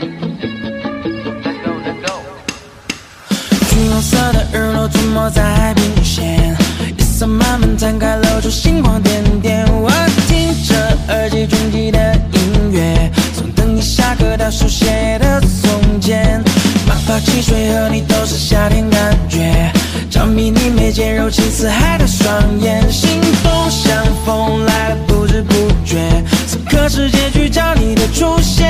Let's go, let's go. 金黄色的日落沉没在海平线，夜色慢慢摊开，露出星光点点。我听着耳机中记的音乐，从等你下课到手写的从前，马泡汽水和你都是夏天感觉，着迷你眉间柔情似海的双眼，心动像风来了不知不觉，此刻世界聚焦你的出现。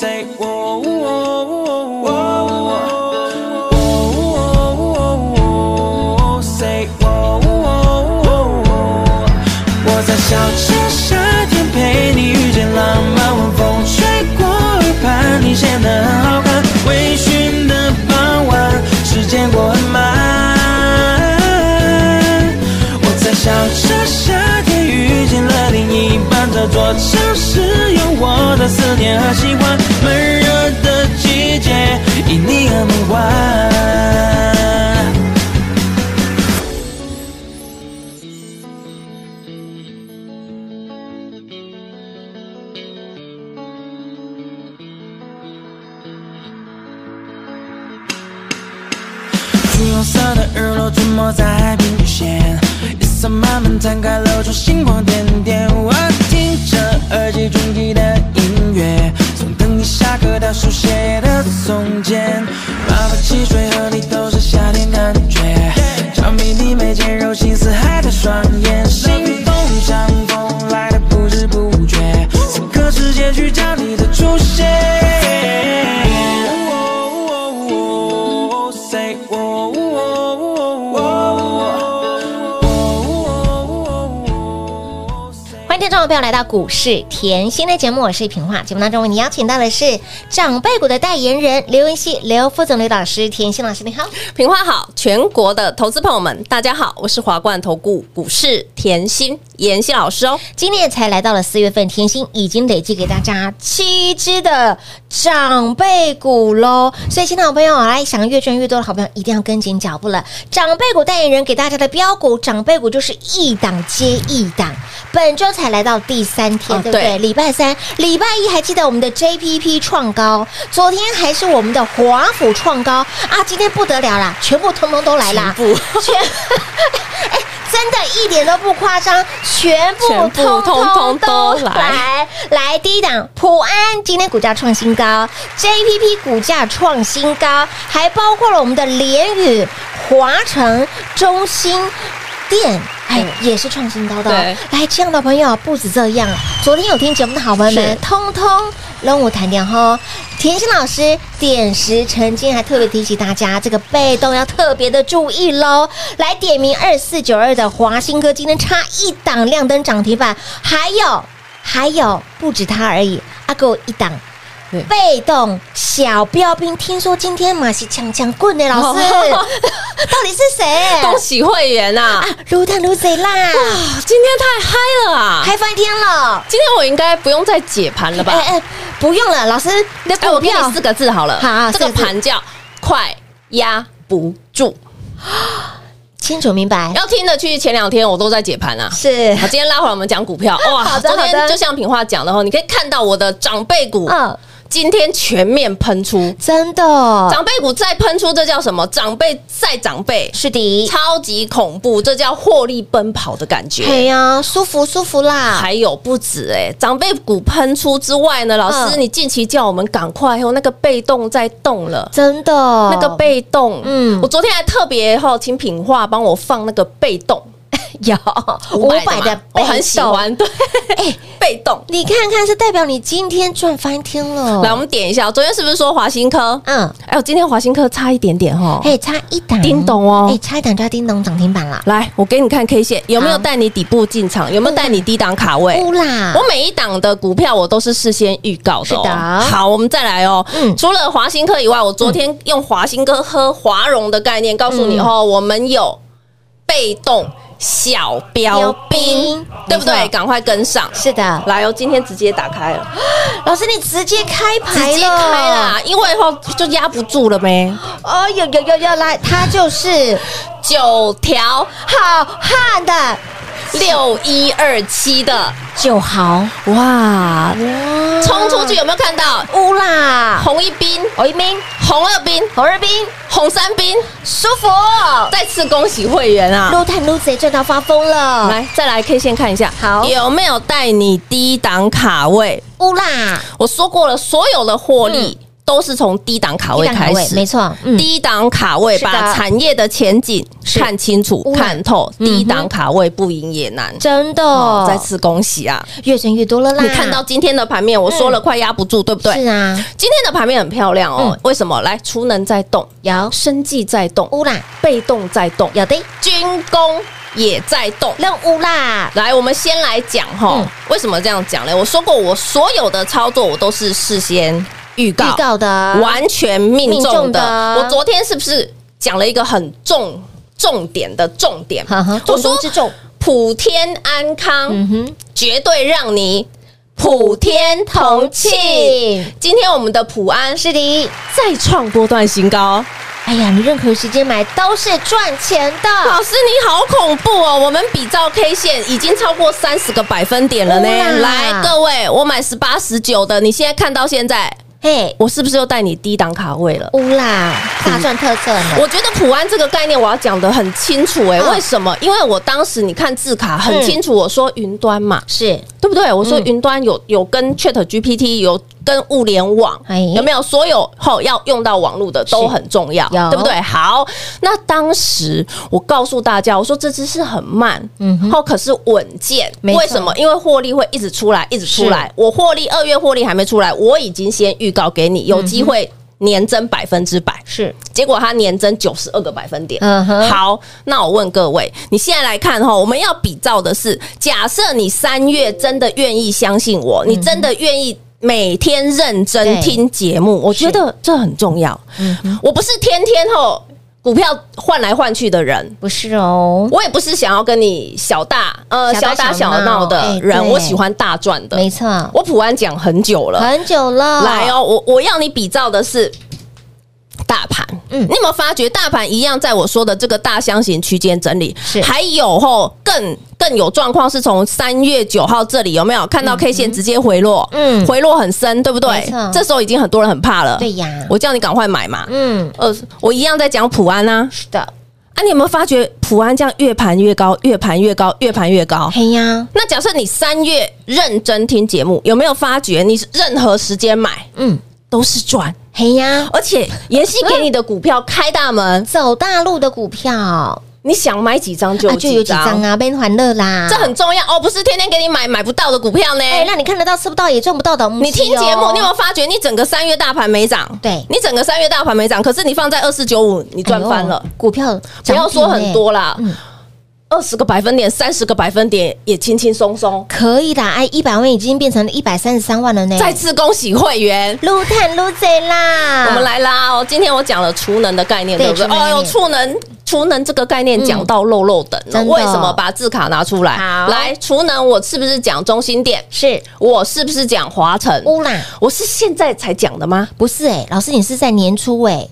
Say oh, oh, oh, oh, oh, say oh, oh, oh, oh. 我在小城夏天陪你遇见浪漫，晚风吹过耳畔，你显得很好看。微醺的傍晚，时间过很慢。我在小城夏天遇见了另一半，这座城市有我的思念和喜欢。闷热的季节，因你而梦幻。橘红色的日落沉没在海平线，夜色慢慢摊开，露出星光点点。我听着耳机中记的音乐，从等你下课到手写的从前，爸爸汽水和你都是夏天感觉，着迷你眉间柔情似海的双眼，心动像风来的不知不觉，此刻世界聚焦你的出现。Say oh, oh, oh, oh, oh, oh, say 欢迎听众朋友来到股市甜心的节目，我是平化。节目当中为你邀请到的是长辈股的代言人刘云熙、刘副总、刘老师、甜心老师，你好。平花好，全国的投资朋友们，大家好，我是华冠投顾股市甜心妍希老师哦。今年才来到了四月份，甜心已经累计给大家七只的长辈股喽。所以，新老朋友啊来想越赚越多的好朋友，一定要跟紧脚步了。长辈股代言人给大家的标股，长辈股就是一档接一档。本周才来到第三天，哦对不对？对礼拜三、礼拜一还记得我们的 JPP 创高，昨天还是我们的华府创高啊，今天不得了啦，全部通通都来啦，全部全， 哎、真的一点都不夸张，全部全通部通通通都都来。来，第一档普安今天股价创新高，JPP 股价创新高，还包括了我们的联宇、华城、中兴电。哎，也是创新高的、哦对。来，亲爱的朋友，不止这样，昨天有听节目的好朋友们是，通通让我谈点吼。甜心老师点石成金，还特别提醒大家，这个被动要特别的注意喽。来点名二四九二的华新科，今天差一档亮灯涨停板，还有还有不止它而已，啊，给我一档对。被动小标兵，听说今天马是强强棍的老 师，哦到底是谁？恭喜会 员啊！如探如贼啦，今天太嗨了啊！嗨翻天了！今天我应该不用再解盘了吧？哎哎，不用了，老师，你的哎，股我给票你四个字好了，好好这个四个字盘叫快压不住，清楚明白，要听的去前两天我都在解盘啊。是好，今天拉回来我们讲股票， 好哇，的昨好的天就像品话讲的哦，你可以看到我的长辈股嗯，今天全面喷出，真的长辈股再喷出，这叫什么？长辈再长辈，是的，超级恐怖，这叫获利奔跑的感哎觉。呀，舒服舒服啦，还有不止哎、长辈股喷出之外呢，老师，嗯你近期叫我们赶快，有那个被动在动了。真的那个被动，嗯嗯，我昨天还特别哈，请品化帮我放那个被动， 有五百500的嘛被我很喜动欢，对， 哎 被动。你看看，是代表你今天赚翻天了。来，我们点一下，昨天是不是说华新科？嗯，哎呦，今天华新科差一点点哦。哎，差一档，叮咚哦哎，差一档就要叮咚涨停板啦，来，我给你看 K 线，有没有带你底部进场？有没有带你低档卡位？不啦，我每一档的股票我都是事先预告的、哦。是的好，我们再来哦。嗯除了华新科以外，我昨天用华新科喝华融的概念告诉你哦，我们有被动小标标兵，兵对不没对？错赶快跟上。是的，来哦，今天直接打开了，老师你直接开直牌了，接开啦，因为哦就压不住了呗。哦，有有有有来，它就是九条好汉的六一二七的，九豪，哇，哇冲出去有没有看到？乌啦，红一兵、侯哦一鸣、红二兵、侯二斌，红三兵，舒服，再次恭喜会员啊！撸探撸贼赚到发疯了，来，再来 K 线看一下，好有没有带你低档卡位？乌啦，我说过了，所有的获利都是从低档卡位嗯一档开卡位始，没错，嗯，低档卡位是的把产业的前景看清楚嗯、看透，嗯哼低档卡位不赢也难。真的，哦，再次恭喜啊！越赚越多了啦，你看到今天的盘面，我说了快压不住，对不对？嗯是啊，今天的盘面很漂亮哦，嗯为什么？来，储能在动，有生技在动，乌啦，被动在动，有的军工也在动。任乌啦，来，我们先来讲哈、嗯为什么这样讲呢？我说过，我所有的操作我都是事先预告，预告的完全命中的。命中的我昨天是不是讲了一个很重重点的重点？呵呵我重中说之重，普天安康，嗯哼，绝对让你普天同庆。今天我们的普安是的，再创波段新高，哎呀，你任何时间买都是赚钱的，老师你好恐怖哦！我们比照 K 线已经超过三十个百分点了呢哇。来，各位，我买十八十九的，你现在看到现在，嘿，我是不是又带你低档卡位了？乌啦，大赚特色呢，我觉得普安这个概念我要讲得很清楚哎、嗯为什么？因为我当时你看字卡很清楚，我说云端嘛，是对不对？我说嗯云端有有跟 Chat GPT 有跟物联网哎有没有？所有后要用到网络的都很重要，有对不对？好，那当时我告诉大家，我说这只是很慢，嗯哼嗯，后可是稳健。没错为什么？因为获利会一直出来，一直出来是。我获利二月获利还没出来，我已经先预告给你，有机会年增百分之百。嗯是，结果它年增九十二个百分点。嗯哼好，那我问各位，你现在来看哈，我们要比照的是，假设你三月真的愿意相信我，你真的愿意。每天认真对嗯听节目，我觉得这很重要。我不是天天吼股票换来换去的人，不是哦？我也不是想要跟你小大呃小小打打小闹小闹的哎人，对我喜欢大赚的。没错，我普安讲很久了，很久了，来，哦，我我要你比照的是大盘，嗯嗯，你有没有发觉大盘一样在我说的这个大箱型区间整理？是还有吼更更有状况是从三月九号这里有没有看到 K 线直接回落？嗯嗯，回落很深，对不对没错？这时候已经很多人很怕了，对呀我叫你赶快买嘛。嗯，呃，我一样在讲普安啊，是的，啊，你有没有发觉普安这样越盘越高，越盘越高，越盘越高？嘿呀，那假设你三月认真听节目，有没有发觉你任何时间买嗯，都是赚？嘿呀，而且妍希给你的股票开大门，走大路的股票啊，你想买几张就有就有几几张张，啊，被还乐啦，这很重要哦，不是天天给你买买不到的股票呢。哎，让你看得到吃不到也赚不到的，哦你听节目，哎你有没有发觉你整个三月大盘没涨？对你整个三月大盘没涨，可是你放在二四九五，你赚翻了哎。呦股票，不要说很多了，啦嗯，二十个百分点、三十个百分点也轻轻松松。可以的，哎，一百万已经变成了一百三十三万了呢，再次恭喜会员，撸探撸贼啦，我们来拉哦。今天我讲了储能的概嗯念，对对不对？储能概哦念哟，储能储能这个概念讲到漏漏等了，真的为什么把字卡拿出来？好来储能，我是不是讲中心店？是我是不是讲华晨？乌啦，我是现在才讲的吗？不是哎，老师你是在年初哎，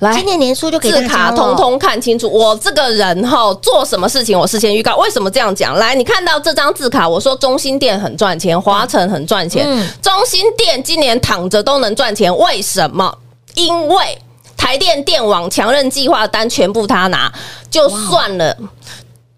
来今。年年初就给大字家哦卡了通通看清楚，我这个人哈，做什么事情我事先预告。为什么这样讲？来，你看到这张字卡，我说中心店很赚钱，华晨很赚钱，嗯中心店今年躺着都能赚钱，为什么？因为台电电网强韧计划单全部他拿，就算了，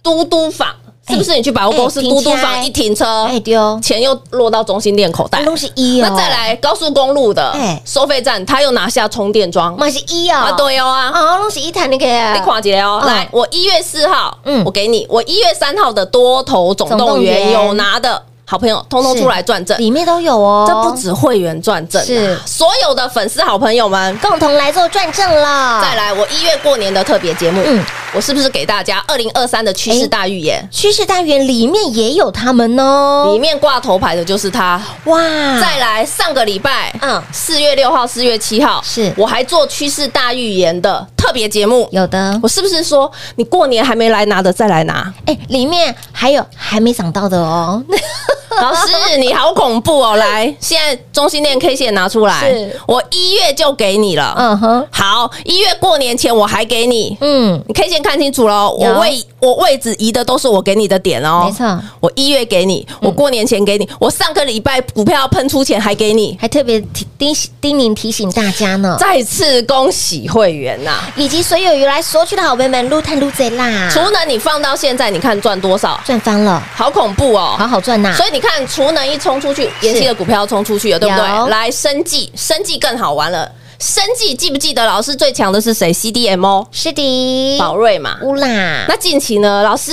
嘟嘟坊。是不是？你去百货公司哎停嘟嘟下来房一停车，哎丢，钱又落到中心店口袋那。东西一哦，那再来高速公路的哎收费站，他又拿下充电桩嘛是一啊，哦，对哦啊，啊，东西一谈那你个，跨节哦，嗯来，我一月四号，嗯嗯，我给你，我一月三号的多头总动员总动员有拿的好朋友，通通出来转正，里面都有哦，这不止会员转正啊，是所有的粉丝好朋友们。共同来做转正了，再来，我一月过年的特别节目，啊嗯嗯，我是不是给大家二零二三的趋势大预言？趋势单元里面也有他们里哦，啊面挂头牌的就是它。哇，再来，上个礼拜，嗯嗯，四月六号、四月七号，是我还做趋势大预言的特别节目。有的我，是不是说你过年还没来拿的再来拿？哎，里面还有还没涨到的 哦， 老师，你好恐怖哦！来，现在中心链 K 线拿出来是，我一月就给你了。嗯，嗯哼，好，一月过年前我还给你。嗯，你 K 线看清楚喽，有我位我位置移的都是我给你的点哦。没错，嗯我一月给你，我过年前给你，我上个礼拜股票喷出前还给你。还特别提叮叮咛提醒大家呢，再次恭喜会员呐、以及所有由来索取的好朋友们，撸探撸贼啦，储能你放到现在，你看赚多少？赚翻了，好恐怖哦！好好赚呐，所以你看，储能一冲出去，妍希的股票冲出去了，对不有对？来，生计，生计更好玩了。生计记不记得老师最强的是谁？CDMO 是的，哦宝瑞嘛。乌啦，那近期呢，老师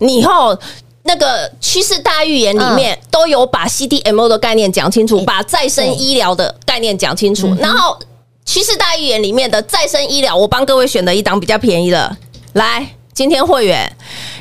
你以后。那个趋势大预言里面都有把 CDMO 的概念讲清楚，嗯哎嗯把再生医疗的概念讲清楚，然后趋势大预言里面的再生医疗，我帮各位选的一档比较便宜的，来，今天会员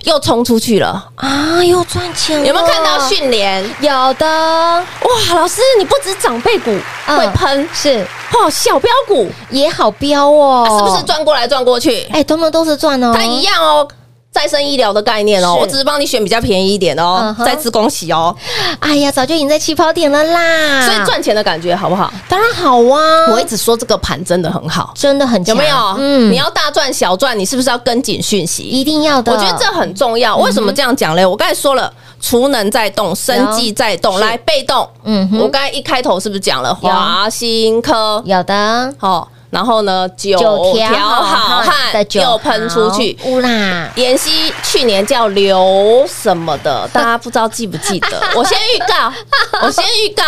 又冲出去了，啊，又赚钱了，有没有看到？训联？有的，哇，老师，你不止长辈股嗯会喷，是哦，小标股、也好标啊哦，是不是？转过来转过去？哎，通通都是赚哦，它一样哦。再生医疗的概念哦，是我只是帮你选比较便宜一点哦嗯，哼再次恭喜哦，哎呀，早就赢在起跑点了啦，所以赚钱的感觉好不好？当然好啊，我一直说这个盘真的很好，真的很有强没有？嗯，你要大赚小赚，你是不是要跟紧讯息？一定要的，我觉得这很重要。为什么这样讲嘞？我刚才说了，储能在动，生技在动，来被动，嗯哼我刚才一开头是不是讲了有华新科？有的哦，然后呢，九条好汉酒又喷出去。乌 啦，妍希去年叫刘什么的，大家不知道记不记 得？我先预告，我先预告，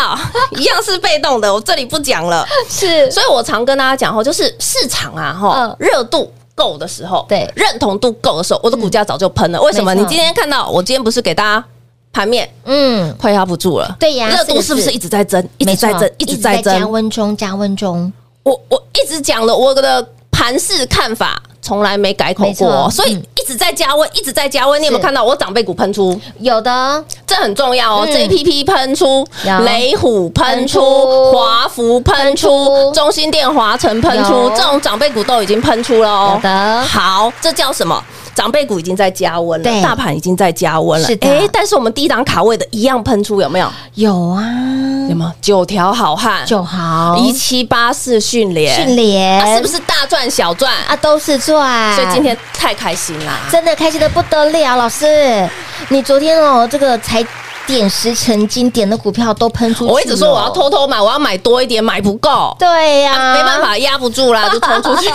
一样是被动的，我这里不讲了。是所以我常跟大家讲吼，就是市场啊，嗯哈，热度。够的时候，对认同度够的时候，我的股价早就喷了。为什么？没错你今天看到我今天不是给大家盘面嗯，快压不住了？对呀热四个度字是不是一直在增，一直没错在增，一直在增加？温中，加温中，我我一直讲了我的盘势看法。从来没改口没过错哦、所以嗯一直在加温，一直在加温。你有没有看到我长辈股喷出？有的这很重要哦。嗯 JPP 喷出有，雷虎喷喷出出，华孚喷喷出出，中心电、华晨喷有出，这种长辈股都已经喷出了有哦。的，好，这叫什么？长辈股已经在加温对了，大盘已经在加温了。是的诶但是我们低档卡位的一样喷出，有没有？有啊，有没有？九条好汉，就好，一七八四训练，训啊练是不是大赚小赚？啊都是赚，所以今天太开心啦！真的开心的不得了，老师，你昨天哦这个才点石成金，点的股票都喷出去了，我一直说我要偷偷买，我要买多一点，买不够，对啊呀、没办，法压不住 啦，就冲出去。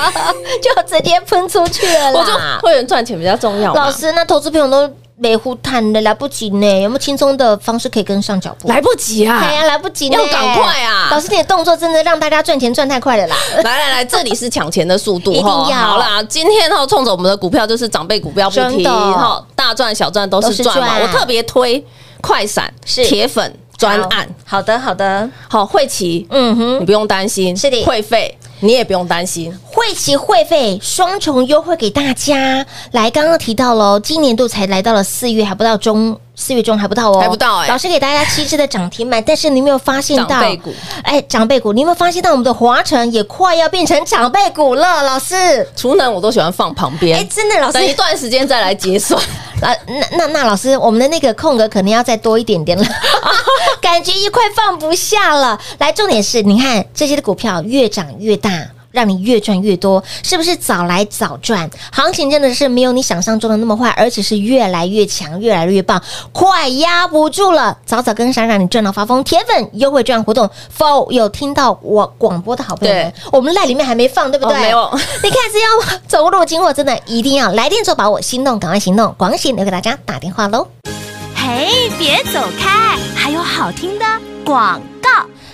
就直接喷出去了我就啦。会员赚钱比较重要嘛。老师，那投资朋友都没护探的，来不及呢，有没有轻松的方式可以跟上脚步？来不及啊！哎呀，来不及呢，要赶快啊老师，你的动作真的让大家赚钱赚太快了啦。来 来来，这里是抢钱的速度一定吼要好啦，今天哈，冲着我们的股票就是长辈股票不真停的哈，大赚小赚都都是是赚嘛。赚我特别推快闪是铁粉专案，好，好的，好的，好惠琪，嗯你哼，不用担心，是的会费你也不用担心，会期会费双重优惠给大家。来，刚刚提到喽，今年度才来到了四月，还不到中。四月中还不到哦，还不到哎老师给大家七只的涨停板，但是你有没有发现到长辈股？哎，长辈股，你有没有发现到我们的华晨也快要变成长辈股了？老师，储能我都喜欢放旁哎，边，真的，老师等，一段时间再来 结算。啊，那那那老师，我们的那个空格可能要再多一点 点了，感觉一块放不下了。来，重点是，你看这些的股票越涨越大，让你越赚越多，是不是早来早赚？行情真的是没有你想象中的那么坏，而且是越来越强，越来越棒，快压不住了！早早跟上，让你赚到发疯。铁粉优惠券活动，否有听到我广播的好朋友们对，我们赖里面还没放，对不对？哦没有 你看，只要走路经过，真的一定要来电做把握，心动赶快行动！广喜留给大家打电话喽。嘿，别走开，还有好听的广告。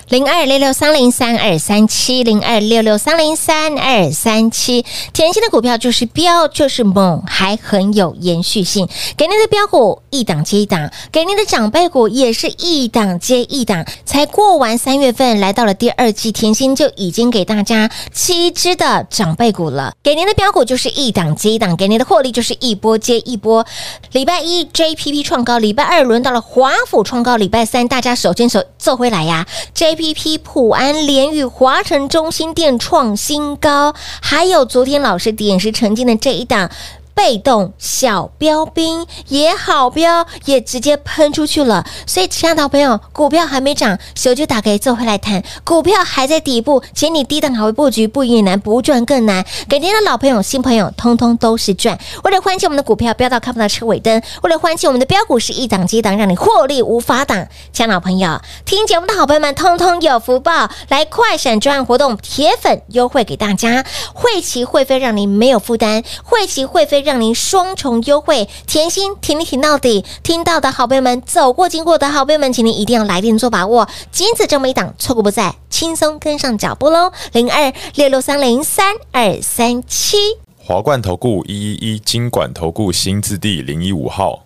零二六六三零三二三七零二六六三零三二三七，甜心的股票就是标，就是猛，还很有延续性。给您的标股一档接一档，给您的长辈股也是一档接一档。才过完三月份，来到了第二季，甜心就已经给大家七只的长辈股了。给您的标股就是一档接一档，给您的获利就是一波接一波。礼拜一 JPP 创高，礼拜二轮到了华府创高，礼拜三大家手牵手走回来呀。JPP 普安联宇华城中心店创新高，还有昨天老师点石成金的这一档。被动小标兵也好标，也直接喷出去了。所以，亲爱的朋友，股票还没涨，手就打给做回来谈；股票还在底部，请你低档还会布局，不赢也难，不赚更难。给您的老朋友、新朋友，通通都是赚。为了欢庆我们的股票飙到看不到车尾灯，为了欢庆我们的标股是一档接一档，让你获利无法挡。亲爱的朋友，听节目的好朋友们，通通有福报！来快闪专案活动，铁粉优惠给大家，会齐会飞让您没有负担，会齐会飞让您双重优惠。甜心挺你挺到底，听到的好朋友们，走过经过的好朋友们，请您一定要来电做把握，仅此这么一档，错过不再，轻松跟上脚步喽！零二六六三零三二三七。华冠投顾一一一金管投顾新字第零一五号，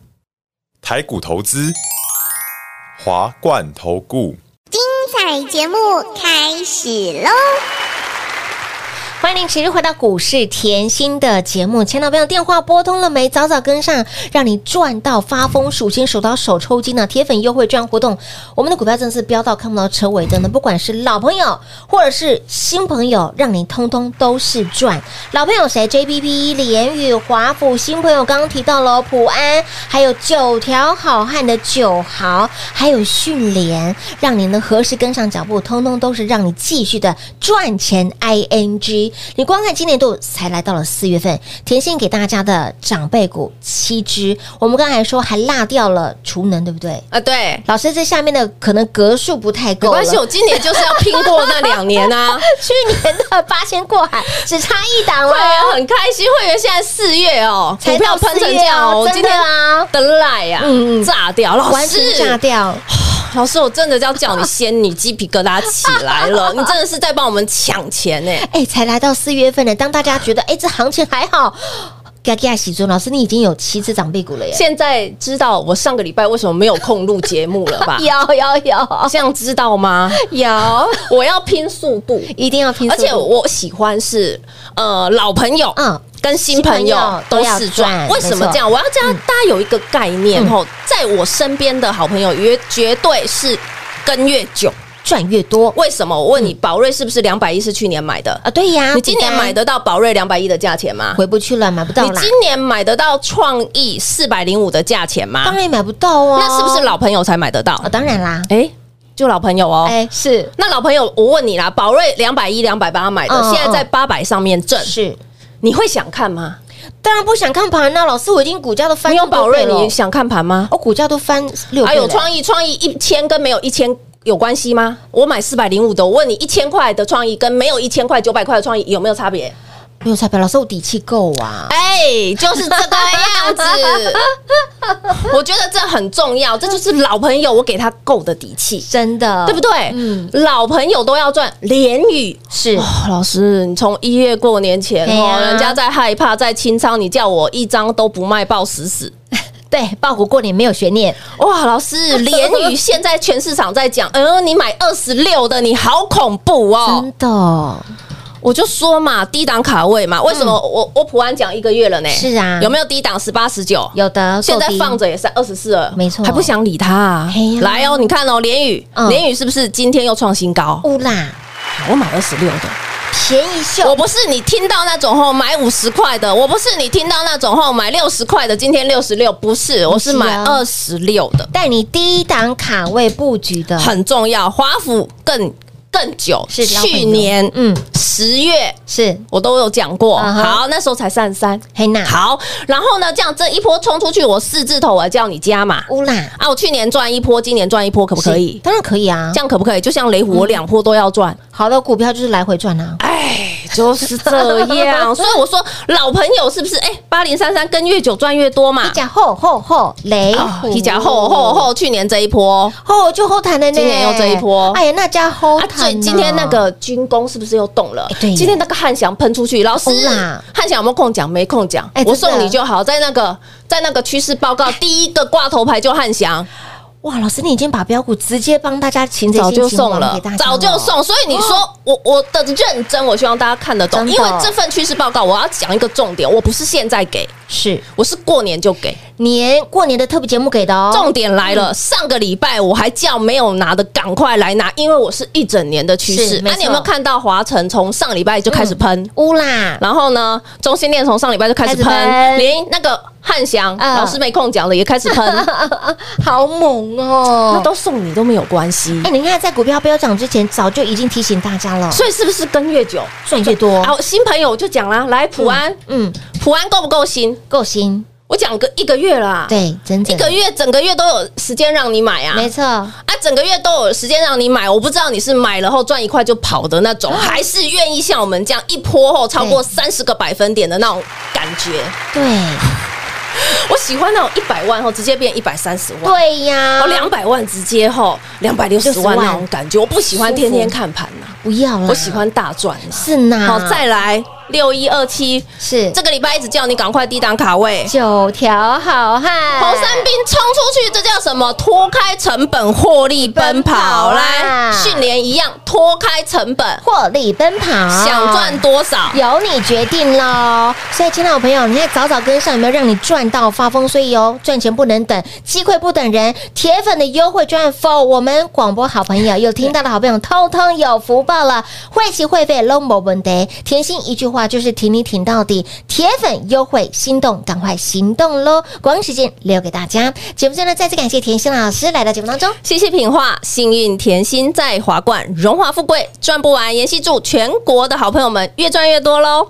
台股投资，华冠投顾。彩节目开始喽！欢迎您持续回到股市甜心的节目，前老朋友电话拨通了没？早早跟上，让你赚到发疯，数清手到手抽筋的铁粉优惠券活动，我们的股票真的是飙到看不到车尾灯的，不管是老朋友或者是新朋友，让你通通都是赚。老朋友谁？JPP、联宇、华府，新朋友刚刚提到了哦普安，还有九条好汉的九豪，还有迅联，让您的何时跟上脚步，通通都是让你继续的赚钱 ing。你光看今年度才来到了四月份，甜心给大家的长辈股七只，我们刚才说还落掉了储能，对不对？啊，对，老师，这下面的可能格数不太没够了，关系，我今年就是要拼过那两年啊。 去年的八仙过海只差一档会了。员很开心，会员现在四月哦，才啊股到票喷成这样哦，我四今月天啊的赖呀嗯嗯，炸掉，老完全师炸掉，老师，我真的要叫你仙女鸡皮疙瘩起来 了，你真的是在帮我们抢钱呢、哎、才来到四月份呢。当大家 觉得哎、这行情还好，嘎嘎喜尊老师，你已经有七只长辈股了耶！？现在知道我上个礼拜为什么没有空录节目了吧 有有有这样知道吗？有，我要拼速度，一定要拼速而度，且我喜欢是呃老朋友，嗯跟新朋友都是新朋友都要赚嗯赚。为什么这样？我要教大家有一个概念哦，在我身边的好朋友约绝对是跟越久。赚越多为什么？我问你，宝瑞是不是两百一是去年买的？啊！对呀，你今年买得到宝瑞两百一的价钱吗？回不去了，买不到你啦，今年买得到创意四百零五的价钱吗当？然也买不到哦。那是不是老朋友才买得到啊？？当然啦，哎，就老朋友哦。哎、是那老朋友，我问你啦，宝瑞两百一、两百八买嗯嗯的，现在在八百上面挣，是，你会想看吗？当然不想看盘啦。老师，我已经股价都翻你有这么多宝瑞，倍了你想看盘吗？我股价都翻六倍还了，有哎创意，创意一千跟没有一千有关系吗？我买四百零五的，我问你，一千块的创意跟没有一千块、九百块的创意有没有差别？没有彩票，老师我底气够啊。哎，就是这个样 子。我觉得这很重要，这就是老朋友，我给他够的底气，真的，对不对？嗯老朋友都要赚。连雨是哦，老师，你从一月过年前对哦啊，人家在害怕，在清仓，你叫我一张都不卖，报死死。对，爆股过年没有悬念，哇，老师，连雨现在全市场在讲，呃，你买二十六的，你好恐怖哦！真的我就说嘛，低档卡位嘛，为什么我、我普安讲一个月了呢？嗯是啊有没有低档十八十九？有的，现在够低放着也是二十四了，没错还不想理他、啊嘿呀。来哦，你看哦，连雨嗯，哦连雨是不是今天又创新高？乌啦，我买二十六的，便宜我秀，不是你听到那种后买五十块的，我不是你听到那种后买六十块的，今天六十六不是，我是不是买啊二十六的，带你低档卡位布局的，很重要。华府更更久，是老朋友去年嗯十月是我都有讲过。嗯哼好，那时候才三十三。黑娜好，然后呢，这样这一波冲出去，我四字头，我还叫你加嘛。乌啦，啊，我去年赚一波，今年赚一波，可不可哦是嗯以？当然可以啊这。样可不可以？就像雷虎，我两波都要赚。好的股票就是来回赚啊，哎，就是这样。 所以我说，老朋友是不是？哎，八零三三跟越久赚越多嘛一。家厚厚厚雷啊虎，一家厚厚厚，去年这一波。厚就厚谈的呢，今年又这一波哎呀，那家厚啊，谈最啊。今天那个军工是不是又动了哎？对耶今天那个汉翔喷出去，老师哦啦，汉翔有没有空讲？没空讲哎，我真的送你就好。在那个在那个趋势报告第一个挂头牌就汉翔，哇，老师你已经把标股直接帮大家擒贼早先就擒送王了给大，家哦早就送。所以你说我我的认真，我希望大家看得懂，真因的哦为这份趋势报告我要讲一个重点，我不是现在给，是我是过年就给。年过年的特别节目给的哦，重点来了，上个礼拜我还叫没有拿的赶快来拿，因为我是一整年的趋是势。没那错你有没有看到华晨从上礼拜就开始喷？乌啦，然后呢，中心店从上礼拜就开始喷开始喷，连那个汉翔、嗯老师没空讲的也开始 喷，好猛那哦！都送你都没有关系哎，。你看，在股票飙涨之前，早就已经提醒大家了，所以是不是跟越久？赚越多，啊，新朋友我就讲啦，来普安，嗯，普安够不够新？够新，我讲个一个月啦，，对，整整一个月整个月都有时间让你买啊，没错，啊，整个月都有时间让你买，我不知道你是买了后赚一块就跑的那嗯种，还是愿意像我们这样一波后超过三十个百分点的那种感觉。 对，我喜欢那种一百万后直接变一百三十万，对呀，哦，两百万直接后两百六十60万万那种感觉。我不喜欢天天看盘呐、不要了，我喜欢大赚呐、是呢，好，再来六一二七，是这个礼拜一直叫你赶快低档卡位。九条好汉，红三兵冲出去，这叫什么？脱开成本，获利奔奔跑跑。啊来，训练一样，脱开成本，获利奔跑，想赚多少？由你决定喽。所以，亲爱的朋友，你看早早跟上有没有让你赚到发疯？所以哦，赚钱不能等，机会不等人。铁粉的优惠专案 for 我们广播好朋友，有听到的好朋友，通通有福报了。会期会费 low 没问题，甜心一句话就是挺你挺到底。铁粉优惠，心动赶快行动喽！广告时间留给大家。节目最后呢，再次感谢甜心老师来到节目当中。谢谢品画，幸运甜心在华冠，荣华富贵赚不完。妍希祝全国的好朋友们越赚越多喽！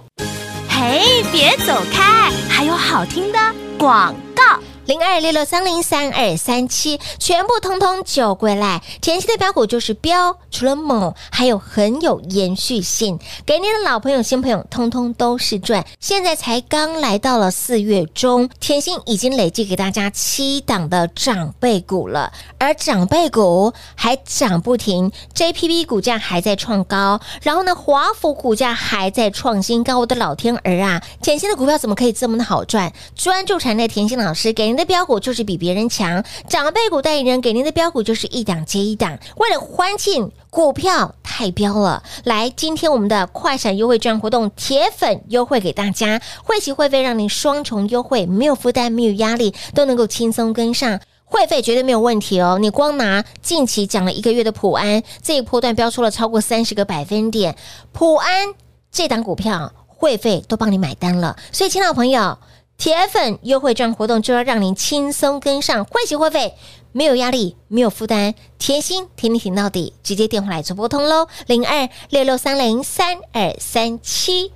嘿，别走开，还有好听的广告。零二六六三零三二三七，全部通通九归来。前期的标股就是标，除了猛，还有很有延续性，给你的老朋友、新朋友，通通都是赚。现在才刚来到了四月中，甜心已经累计给大家七档的长辈股了，而长辈股还涨不停，JPP 股价还在创高，然后呢，华府股价还在创新高。我的老天儿啊，甜心的股票怎么可以这么的好赚？专注产业的甜心老师给您的标股就是比别人强，长辈股代言人给您的标股就是一档接一档。为了欢庆股票太标了，来，今天我们的快闪优惠券活动，铁粉优惠给大家，会期会费让您双重优惠，没有负担，没有压力，都能够轻松跟上。会费绝对没有问题哦。你光拿近期讲了一个月的普安这一波段标出了超过三十个百分点，普安这档股票会费都帮你买单了，所以亲爱的朋友。铁粉优惠券活动就要让您轻松跟上，会期会费没有压力，没有负担，甜心挺你挺到底，直接电话来做拨通喽，零二六六三零三二三七。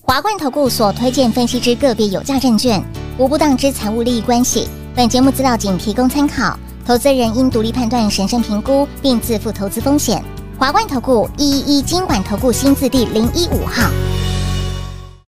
华冠投顾所推荐分析之个别有价证券，无不当之财务利益关系。本节目资料仅提供参考，投资人应独立判断、审慎评估，并自负投资风险。华冠投顾一一一金管投顾新字第零一五号。